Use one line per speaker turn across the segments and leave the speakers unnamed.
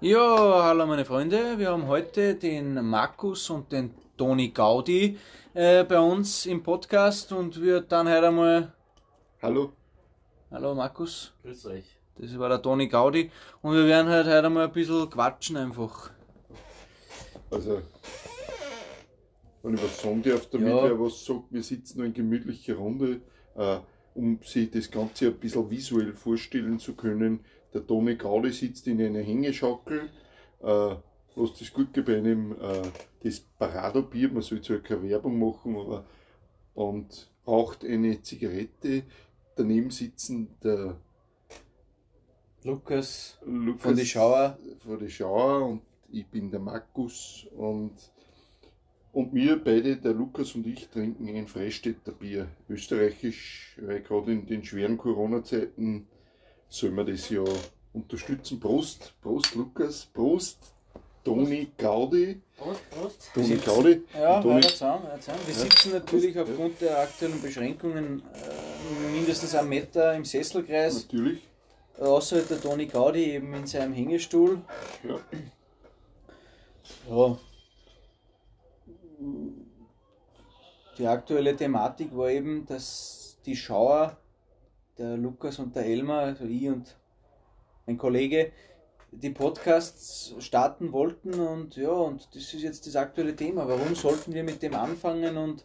Ja, hallo meine Freunde. Wir haben heute den Markus und den Toni Gaudi äh, bei uns im Podcast und wir dann heute einmal.
Hallo.
Hallo Markus,
Grüß euch.
das war der Toni Gaudi und wir werden halt heute einmal ein bisschen quatschen einfach.
Also, wenn ich was sagen darf, damit
Ja.
wer was sagt, wir sitzen nur in gemütlicher Runde, äh, um sich das Ganze ein bisschen visuell vorstellen zu können. Der Toni Gaudi sitzt in einer Hängeschaukel, äh, lässt das gut bei einem, äh, das Paradobier, man soll zwar keine Werbung machen, aber, und raucht eine Zigarette. Daneben sitzen der
Lukas,
Lukas
Von die Schauer.
Von die Schauer und ich bin der Markus und, und wir beide, der Lukas und ich, trinken ein Freistädter Bier. Österreichisch, weil gerade in den schweren Corona-Zeiten soll man das ja unterstützen. Prost, Prost Lukas, Prost Toni Gaudi.
Prost, Prost.
Toni
Sitz.
Gaudi.
Ja,
und Toni,
hört zusammen, hört zusammen. Wir
Ja.
sitzen natürlich aufgrund der aktuellen Beschränkungen äh, mindestens einen Meter im Sesselkreis,
natürlich.
außer Äh, der Toni Gaudi eben in seinem Hängestuhl.
Ja.
Ja. Die aktuelle Thematik war eben, dass die Schauer, der Lukas und der Elmar, also ich und mein Kollege, die Podcasts starten wollten und ja, und das ist jetzt das aktuelle Thema. Warum sollten wir mit dem anfangen und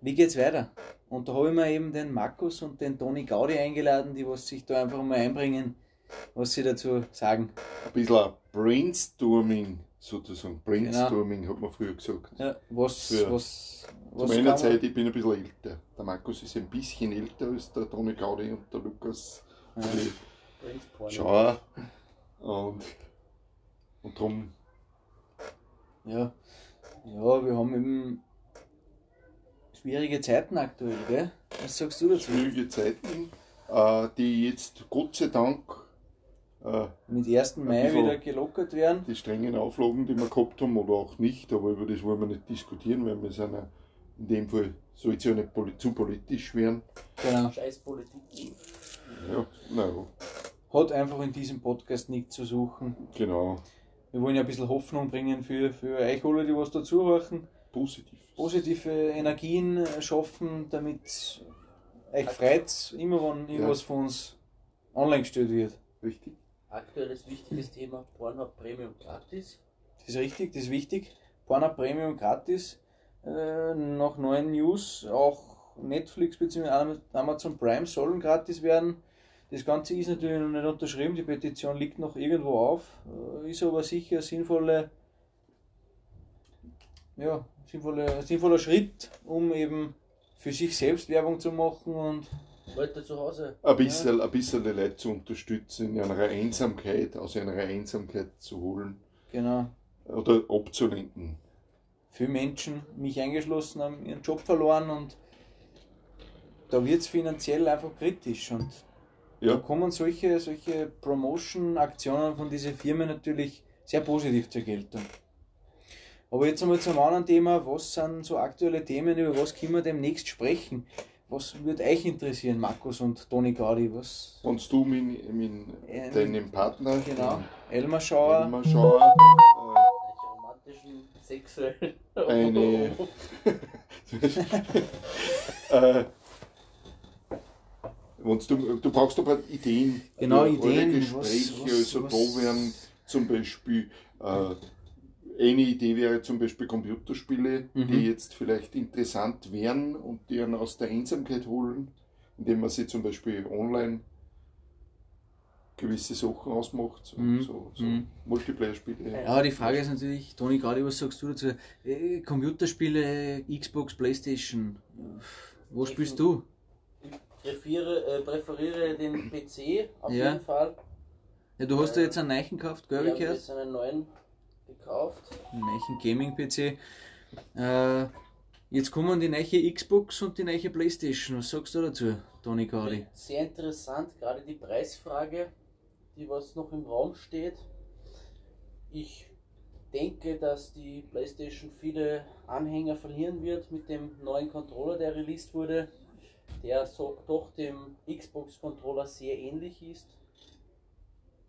wie geht's weiter? Und da habe ich mir eben den Markus und den Toni Gaudi eingeladen, die was sich da einfach mal einbringen, was sie dazu sagen.
Ein bisschen ein Brainstorming sozusagen. Brainstorming hat man früher gesagt.
Ja, was,
Ja.
was,
Zu
was
meiner
kann man-
Zeit, ich bin ein bisschen älter. Der Markus ist ein bisschen älter als der Toni Gaudi und der Lukas
Ja.
Bringt Porno.
Schauer. Und, und drum,
Ja. ja, wir haben eben schwierige Zeiten aktuell, gell? Was sagst du dazu?
schwierige Zeiten, äh, die jetzt Gott sei Dank äh,
Mit 1. Mai
bisschen-
wieder gelockert werden.
die strengen Auflagen, die wir gehabt haben, oder auch nicht, aber über das wollen wir nicht diskutieren, weil wir sind ja, in dem Fall soll es ja nicht poli zu politisch werden.
Genau.
Scheiß Politik.
Ja, naja,
Hat einfach in diesem Podcast nichts zu suchen.
genau.
Wir wollen ja ein bisschen Hoffnung bringen für, für euch alle, die was dazuhören.
Positiv.
Positive Energien äh, schaffen, damit euch freut, immer wenn
Ja.
irgendwas von uns online gestellt wird.
Richtig.
Aktuelles wichtiges Thema: Pornhub Premium gratis.
Das ist richtig, das ist wichtig. Pornhub Premium gratis. Äh, nach neuen News auch Netflix bzw. Am- Amazon Prime sollen gratis werden. Das Ganze ist natürlich noch nicht unterschrieben, die Petition liegt noch irgendwo auf, äh, ist aber sicher ein sinnvolle, ja, sinnvolle, sinnvoller Schritt, um eben für sich selbst Werbung zu machen und
Leute zu Hause.
ein bisschen, ein bisschen die Leute zu unterstützen, in einer Einsamkeit, aus einer Einsamkeit zu holen
genau,
oder abzulenken.
viele Menschen, mich eingeschlossen, haben ihren Job verloren und da wird es finanziell einfach kritisch. Und da
Ja,
kommen solche, solche Promotion-Aktionen von diesen Firmen natürlich sehr positiv zur Geltung. Aber jetzt einmal zum anderen Thema, was sind so aktuelle Themen, über was können wir demnächst sprechen? Was würde euch interessieren, Markus und Toni Gaudi? Was?
kannst du mit, mit
Ähm,
deinem Partner,
Genau, Elmar Schauer.
mal schauen, äh,
Welche romantischen, sexuellen.
Eine- äh, äh, wenn's du, du brauchst aber Ideen.
Genau,
für eure
Ideen,
Gespräche,
was- was-
also
was-
da wären zum Beispiel, äh, eine Idee wäre zum Beispiel Computerspiele,
Mhm.
die jetzt vielleicht interessant wären und die einen aus der Einsamkeit holen, indem man sie zum Beispiel online gewisse Sachen ausmacht, so,
Mhm.
so, so
Mhm.
Multiplayer-Spiele.
Ja, die Frage ist natürlich, Toni Gaudi, was sagst du dazu? Äh, Computerspiele, Xbox, Playstation, äh, wo spielst du?
Präferiere, äh, präferiere den PC auf
Ja.
jeden Fall.
Ja, du hast ja jetzt einen Neichen gekauft,
Ich
gell,
habe
ja,
jetzt einen neuen gekauft.
Einen Neichen Gaming-PC. Äh, jetzt kommen die neue Xbox und die neue Playstation. Was sagst du dazu, Toni Gaudi?
Sehr interessant, gerade die Preisfrage, die was noch im Raum steht. Ich denke, dass die PlayStation viele Anhänger verlieren wird mit dem neuen Controller, der released wurde, der so doch dem Xbox-Controller sehr ähnlich ist.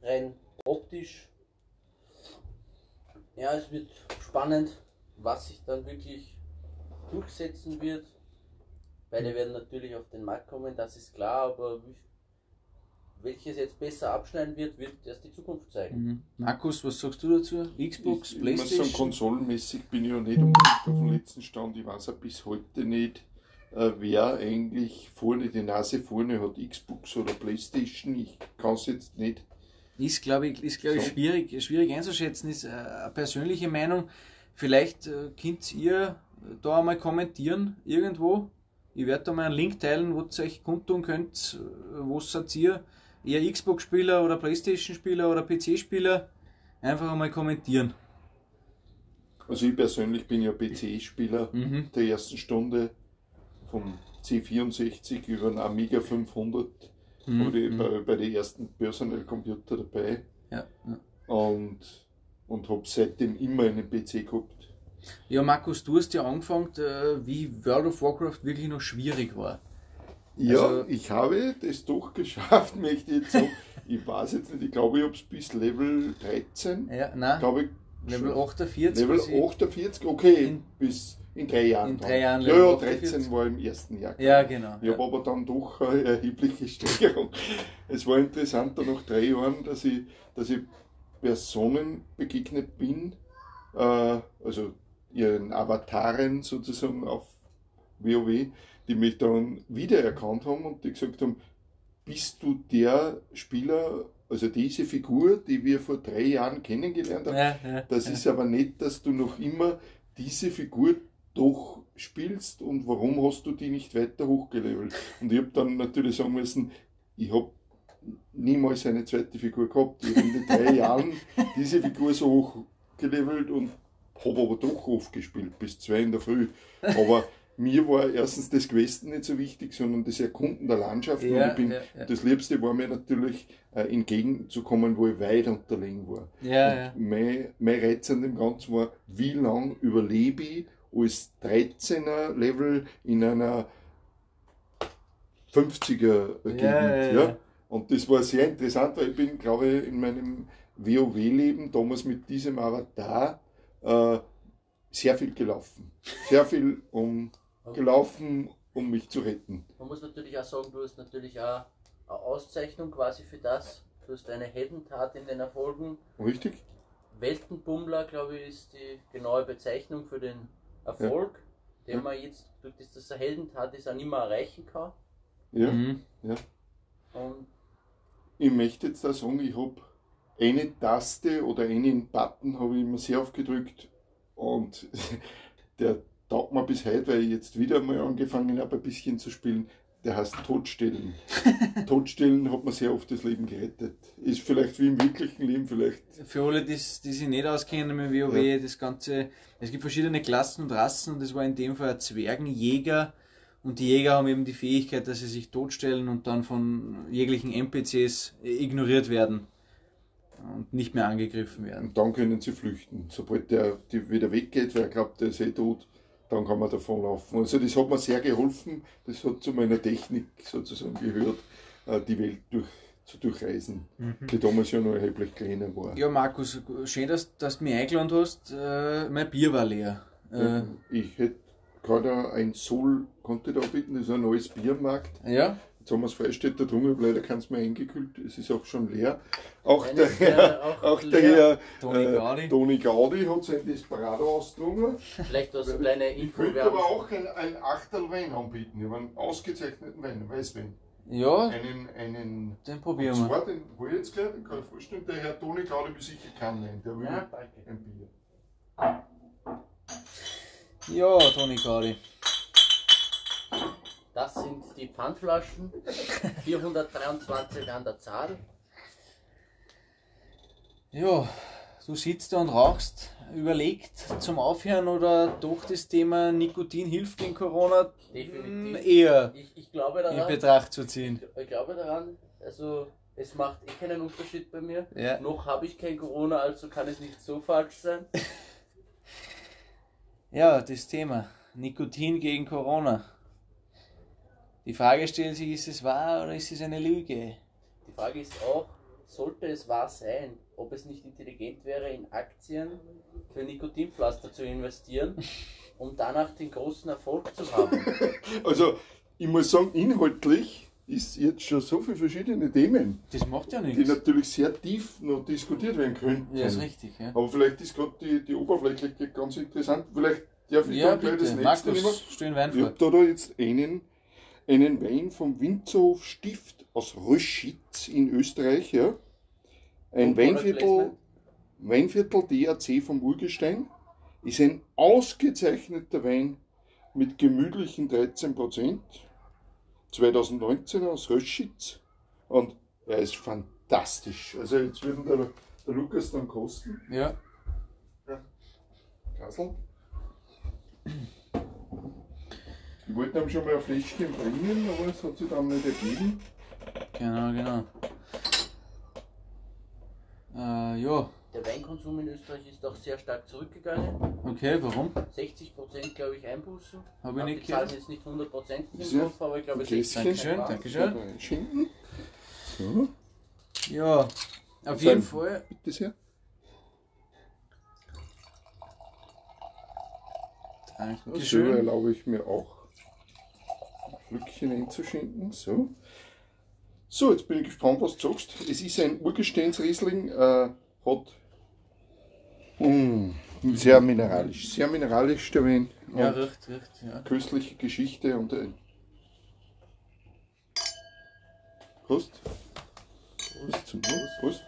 Rein optisch Ja, es wird spannend, was sich dann wirklich durchsetzen wird. Beide werden natürlich auf den Markt kommen, das ist klar, aber wie- welches jetzt besser abschneiden wird, wird erst die Zukunft zeigen.
Mhm. Markus, was sagst du dazu? Xbox,
ich, ich muss sagen,
Playstation?
konsolenmäßig bin ich ja nicht unbedingt auf dem letzten Stand. Ich weiß auch bis heute nicht, äh, wer eigentlich vorne die Nase vorne hat, Xbox oder Playstation. Ich kann es jetzt nicht.
Ist, glaube ich, ist, glaub ich
So.
schwierig, schwierig einzuschätzen, ist äh, eine persönliche Meinung. Vielleicht äh, könnt ihr da einmal kommentieren irgendwo. Ich werde da mal einen Link teilen, wo ihr euch kundtun könnt, äh, wo seid ihr, eher Xbox-Spieler oder Playstation-Spieler oder PC-Spieler. Einfach einmal kommentieren.
Also ich persönlich bin ja PC-Spieler
Mhm.
der ersten Stunde vom C64 über den Amiga 500
Mhm.
wurde ich
Mhm.
bei, bei den ersten Personal Computer dabei
Ja, ja.
und, und habe seitdem immer einen PC gehabt.
ja, Markus, du hast ja angefangen, äh, wie World of Warcraft wirklich noch schwierig war.
Ja,
Also-
ich habe das doch geschafft, möchte ich jetzt sagen. Ich weiß jetzt nicht, ich glaube, ich habe es bis Level 13,
Ja, nein,
glaube ich,
Level
geschafft.
48.
Level
was ich-
48, okay,
In-
bis in drei Jahren.
in
dann.
drei Jahren
ja,
Level
ja,
48.
13 war im ersten Jahr.
Ja, genau.
Ich habe aber dann doch eine erhebliche Steigerung. Es war interessanter nach drei Jahren, dass ich, dass ich Personen begegnet bin, äh, also ihren Avataren sozusagen auf WoW, die mich dann wiedererkannt haben und die gesagt haben, bist du der Spieler, also diese Figur, die wir vor drei Jahren kennengelernt haben,
Ja, ja,
das
ja.
ist aber nicht, dass du noch immer diese Figur doch spielst und warum hast du die nicht weiter hochgelevelt? Und ich habe dann natürlich sagen müssen, ich habe niemals eine zweite Figur gehabt. Ich habe in den drei Jahren diese Figur so hochgelevelt und habe aber doch oft gespielt, bis zwei in der Früh. Aber mir war erstens das Questen nicht so wichtig, sondern das Erkunden der Landschaft. und
Ja,
ich bin,
ja, ja.
Das Liebste war mir natürlich, äh, entgegenzukommen, wo ich weit unterlegen war.
Ja,
Und
ja.
Mein, mein Reiz an dem Ganzen war, wie lange überlebe ich als 13er Level in einer 50er Gegend.
Ja,
Ja,
ja, ja.
Und das war sehr interessant, weil ich bin, glaube ich, in meinem WoW-Leben damals mit diesem Avatar äh, sehr viel gelaufen. Sehr viel um, gelaufen, um mich zu retten.
Man muss natürlich auch sagen, du hast natürlich auch eine Auszeichnung quasi für das. Du hast eine Heldentat in den Erfolgen.
Richtig?
Weltenbummler, glaube ich, ist die genaue Bezeichnung für den Erfolg, den
Ja.
man jetzt durch das, dass er Heldentat ist, auch nicht mehr erreichen kann.
Ja.
Mhm.
Und
Ich möchte jetzt da sagen, ich habe eine Taste oder einen Button habe ich immer sehr oft gedrückt und der taugt mir bis heute, weil ich jetzt wieder mal angefangen habe, ein bisschen zu spielen. Der heißt Todstellen. Todstellen hat mir sehr oft das Leben gerettet. Ist vielleicht wie im wirklichen Leben, vielleicht.
Für alle, die, die sich nicht auskennen mit WoW, das Ganze, es gibt verschiedene Klassen und Rassen und es war in dem Fall ein Zwergenjäger und die Jäger haben eben die Fähigkeit, dass sie sich totstellen und dann von jeglichen NPCs ignoriert werden und nicht mehr angegriffen werden.
Und dann können sie flüchten. Sobald der die wieder weggeht, weil er glaubt, der ist eh tot, dann kann man davon laufen. Also das hat mir sehr geholfen. Das hat zu meiner Technik sozusagen gehört, äh, die Welt durch, zu durchreisen. die damals ja noch erheblich kleiner war.
Ja, Markus, schön, dass, dass du mich eingeladen hast. Äh, mein Bier war leer. Äh,
Ähm, Ich hätte gerade ein Sol konnte da bieten, das ist ein neues Biermarkt.
ja,
Jetzt haben wir es freisteht, da drungen, aber leider kann es mehr eingekühlt, es ist auch schon leer. Auch
Nein,
der
es wäre
Herr,
auch
auch
leer.
der
Toni
Herr,
Gaudi.
äh, Toni Gaudi hat sein Desperado ausgedrungen.
vielleicht als kleine
Ich
Info,
könnte
wir
aber
haben,
auch ein, ein Achtel Wein anbieten, über einen ausgezeichneten Wein, einen Weißwein.
ja,
Einen, einen,
den
und
probieren wir.
zwar den hol ich jetzt gleich, den kann ich vorstellen, der Herr Toni Gaudi besichert kann Wein, der will
Ja, danke.
ein Bier.
Ja, Toni Gaudi.
das sind die Pfandflaschen, 423 an der Zahl.
Ja, du sitzt da und rauchst, überlegt zum Aufhören oder doch das Thema Nikotin hilft in Corona
Definitiv.
mh, eher
Mm, Ich, ich glaube
in
daran,
Betracht zu ziehen.
ich glaube daran, also es macht eh keinen Unterschied bei mir.
Ja.
Noch habe ich kein Corona, also kann es nicht so falsch sein.
ja, das Thema Nikotin gegen Corona. Die Frage stellt sich, ist es wahr oder ist es eine Lüge?
Die Frage ist auch, sollte es wahr sein, ob es nicht intelligent wäre, in Aktien für Nikotinpflaster zu investieren, um danach den großen Erfolg zu haben.
Also, ich muss sagen, inhaltlich ist jetzt schon so viele verschiedene Themen,
Das macht ja
die
nichts.
natürlich sehr tief noch diskutiert werden könnten.
Ja, ist richtig, ja.
Aber vielleicht ist gerade die, die Oberflächlichkeit ganz interessant. Vielleicht darf ich
Ja,
dann gleich das
bitte.
nächste nehmen.
Markus, stehen
Ich habe
Weinfurt.
da, da jetzt einen, einen Wein vom Winzerhof Stift aus Röschitz in Österreich. Ja. Ein
Und
Weinviertel,
Product
Weinviertel DAC vom Urgestein ist ein ausgezeichneter Wein mit gemütlichen 13%. 2019 aus Röschitz und er ist fantastisch. Also jetzt würden der, der Lukas dann kosten.
Ja,
Kassel. Ich wollte ihm schon mal ein Fläschchen bringen, aber es hat sich dann nicht ergeben.
genau, genau. Äh, ja,
Der Weinkonsum in Österreich ist auch sehr stark zurückgegangen.
okay, warum?
60% glaube ich Einbußen.
Habe ich
Hab
nicht
die Zahlen
gehört.
jetzt nicht 100% im
Sehr.
Kopf, aber ich glaube
Okay,
60%.
Dankeschön,
war's.
Dankeschön.
Einschenken. So,
Ja, auf jeden Fall.
bitte sehr. So, selber
Dankeschön.
erlaube ich mir auch ein Schlückchen einzuschenken. So. so, jetzt bin ich gespannt, was du sagst. Es ist ein Urgesteinsriesling, äh, hat Mm, sehr mineralisch, sehr mineralisch der Wein.
Ja,
Und-
recht, recht, ja.
köstliche Geschichte und äh, ein. Prost. Prost zum Prost. Prost.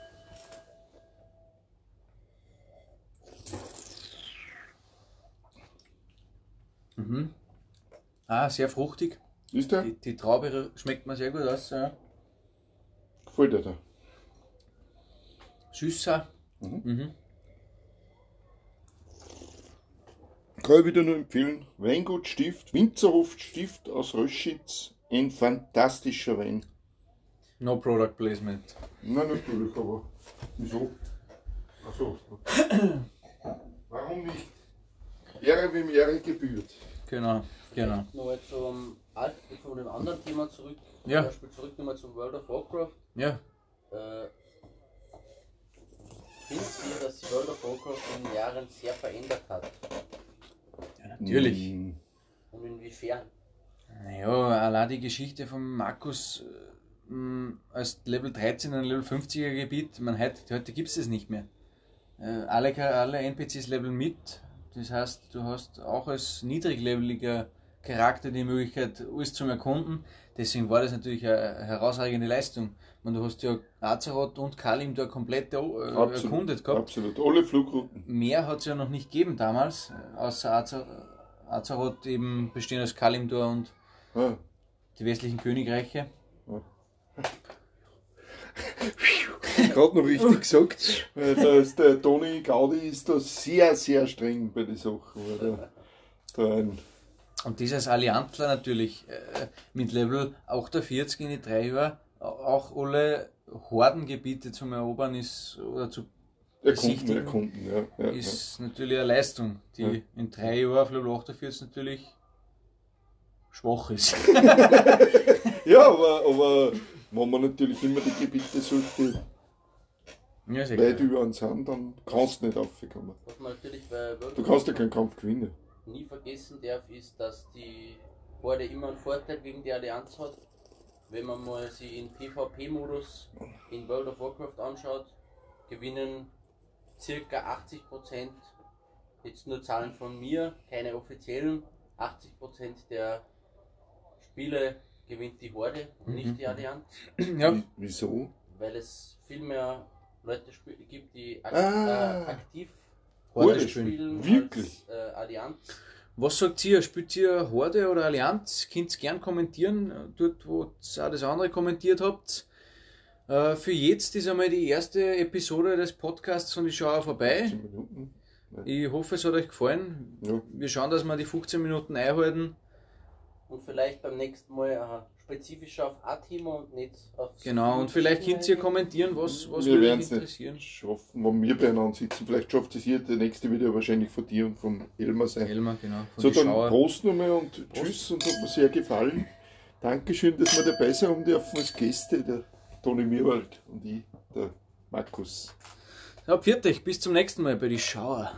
Mhm. Ah, sehr fruchtig.
Ist der?
Die, die Traube schmeckt mir sehr gut aus. Ja.
Gefällt dir da?
Süßer.
Mhm.
Mhm.
Kann ich wieder nur empfehlen. Weingut Stift, Winzerhof Stift aus Röschitz. Ein fantastischer Wein.
No Product Placement.
Nein, natürlich, aber wieso? Achso. Warum nicht? Ehre, wem Ehre gebührt.
Genau, genau.
Nochmal zum Alt, von einem anderen Thema zurück.
Ja.
Zum Beispiel zurück nochmal zum World of Warcraft.
Ja,
Äh, findet ihr, dass World of Warcraft in den Jahren sehr verändert hat?
natürlich.
Mm,
Und inwiefern?
Ja, allein die Geschichte von Markus äh, mh, als Level 13 ein Level 50er Gebiet, man heute, heute gibt es das nicht mehr. Äh, alle, Char- alle NPCs leveln mit. Das heißt, du hast auch als niedrigleveliger Charakter die Möglichkeit, alles zu erkunden. Deswegen war das natürlich eine herausragende Leistung. Und du hast ja Azeroth und Kalim da komplett äh, erkundet gehabt.
Absolut. Alle Flugrouten.
Mehr hat es ja noch nicht gegeben damals, äh, außer Azer Azeroth eben bestehen aus Kalimdor und
Ah.
die westlichen Königreiche.
gerade noch richtig gesagt. Weil da ist der Toni Gaudi ist da sehr, sehr streng bei den Sachen. Weil der, der ein,
Und dieses Alliantler natürlich äh, mit Level 48 in die 3 Jahre auch alle Hordengebiete zum Erobern ist oder zu,
erkunden,
Besichtigen.
erkunden, ja. ja, ja.
ist natürlich eine Leistung, die
Ja.
in drei Jahren auf Level 48 natürlich schwach ist.
ja aber, aber wenn man natürlich immer die Gebiete sucht, die
ja, sehr
weit
klar.
über uns sind, dann kannst du nicht raufkommen.
Was man natürlich bei World
Du
of
kannst ja keinen Kampf gewinnen.
nie vergessen darf, ist, dass die Horde immer einen Vorteil gegen die Allianz hat. Wenn man mal sie in PvP-Modus in World of Warcraft anschaut, gewinnen circa 80%, jetzt nur Zahlen von mir, keine offiziellen, 80% der Spiele gewinnt die Horde und nicht die Allianz,
Ja,
Wie- Wieso?
weil es viel mehr Leute spiel- gibt, die ak
Ah.
äh, aktiv
Horde
Horde
spielen.
spielen
Wirklich?
als äh, Allianz.
Was sagt ihr? Spielt ihr Horde oder Allianz? Könnt gern kommentieren, äh, dort wo ihr auch das andere kommentiert habt. Äh, für jetzt ist einmal die erste Episode des Podcasts von die Schauer vorbei.
15 Minuten?
Ich hoffe, es hat euch gefallen.
Ja.
Wir schauen, dass wir die 15 Minuten einhalten.
Und vielleicht beim nächsten Mal äh, spezifischer auf A-Thema und nicht auf.
Genau, und vielleicht könnt ihr kommentieren, was, was
wir
würde
werden
euch
es
interessieren.
nicht schaffen, wenn wir beieinander sitzen. Vielleicht schafft es hier der nächste wieder wahrscheinlich von dir und von Elmar sein.
Elmar, genau. Von
So,
die
dann
Schauer.
Prost nochmal und Tschüss und hat mir sehr gefallen. Dankeschön, dass wir dabei sein haben dürfen als Gäste, der Toni Mirwald und ich. der Markus.
So, pfiat euch, bis zum nächsten Mal bei die Schauer.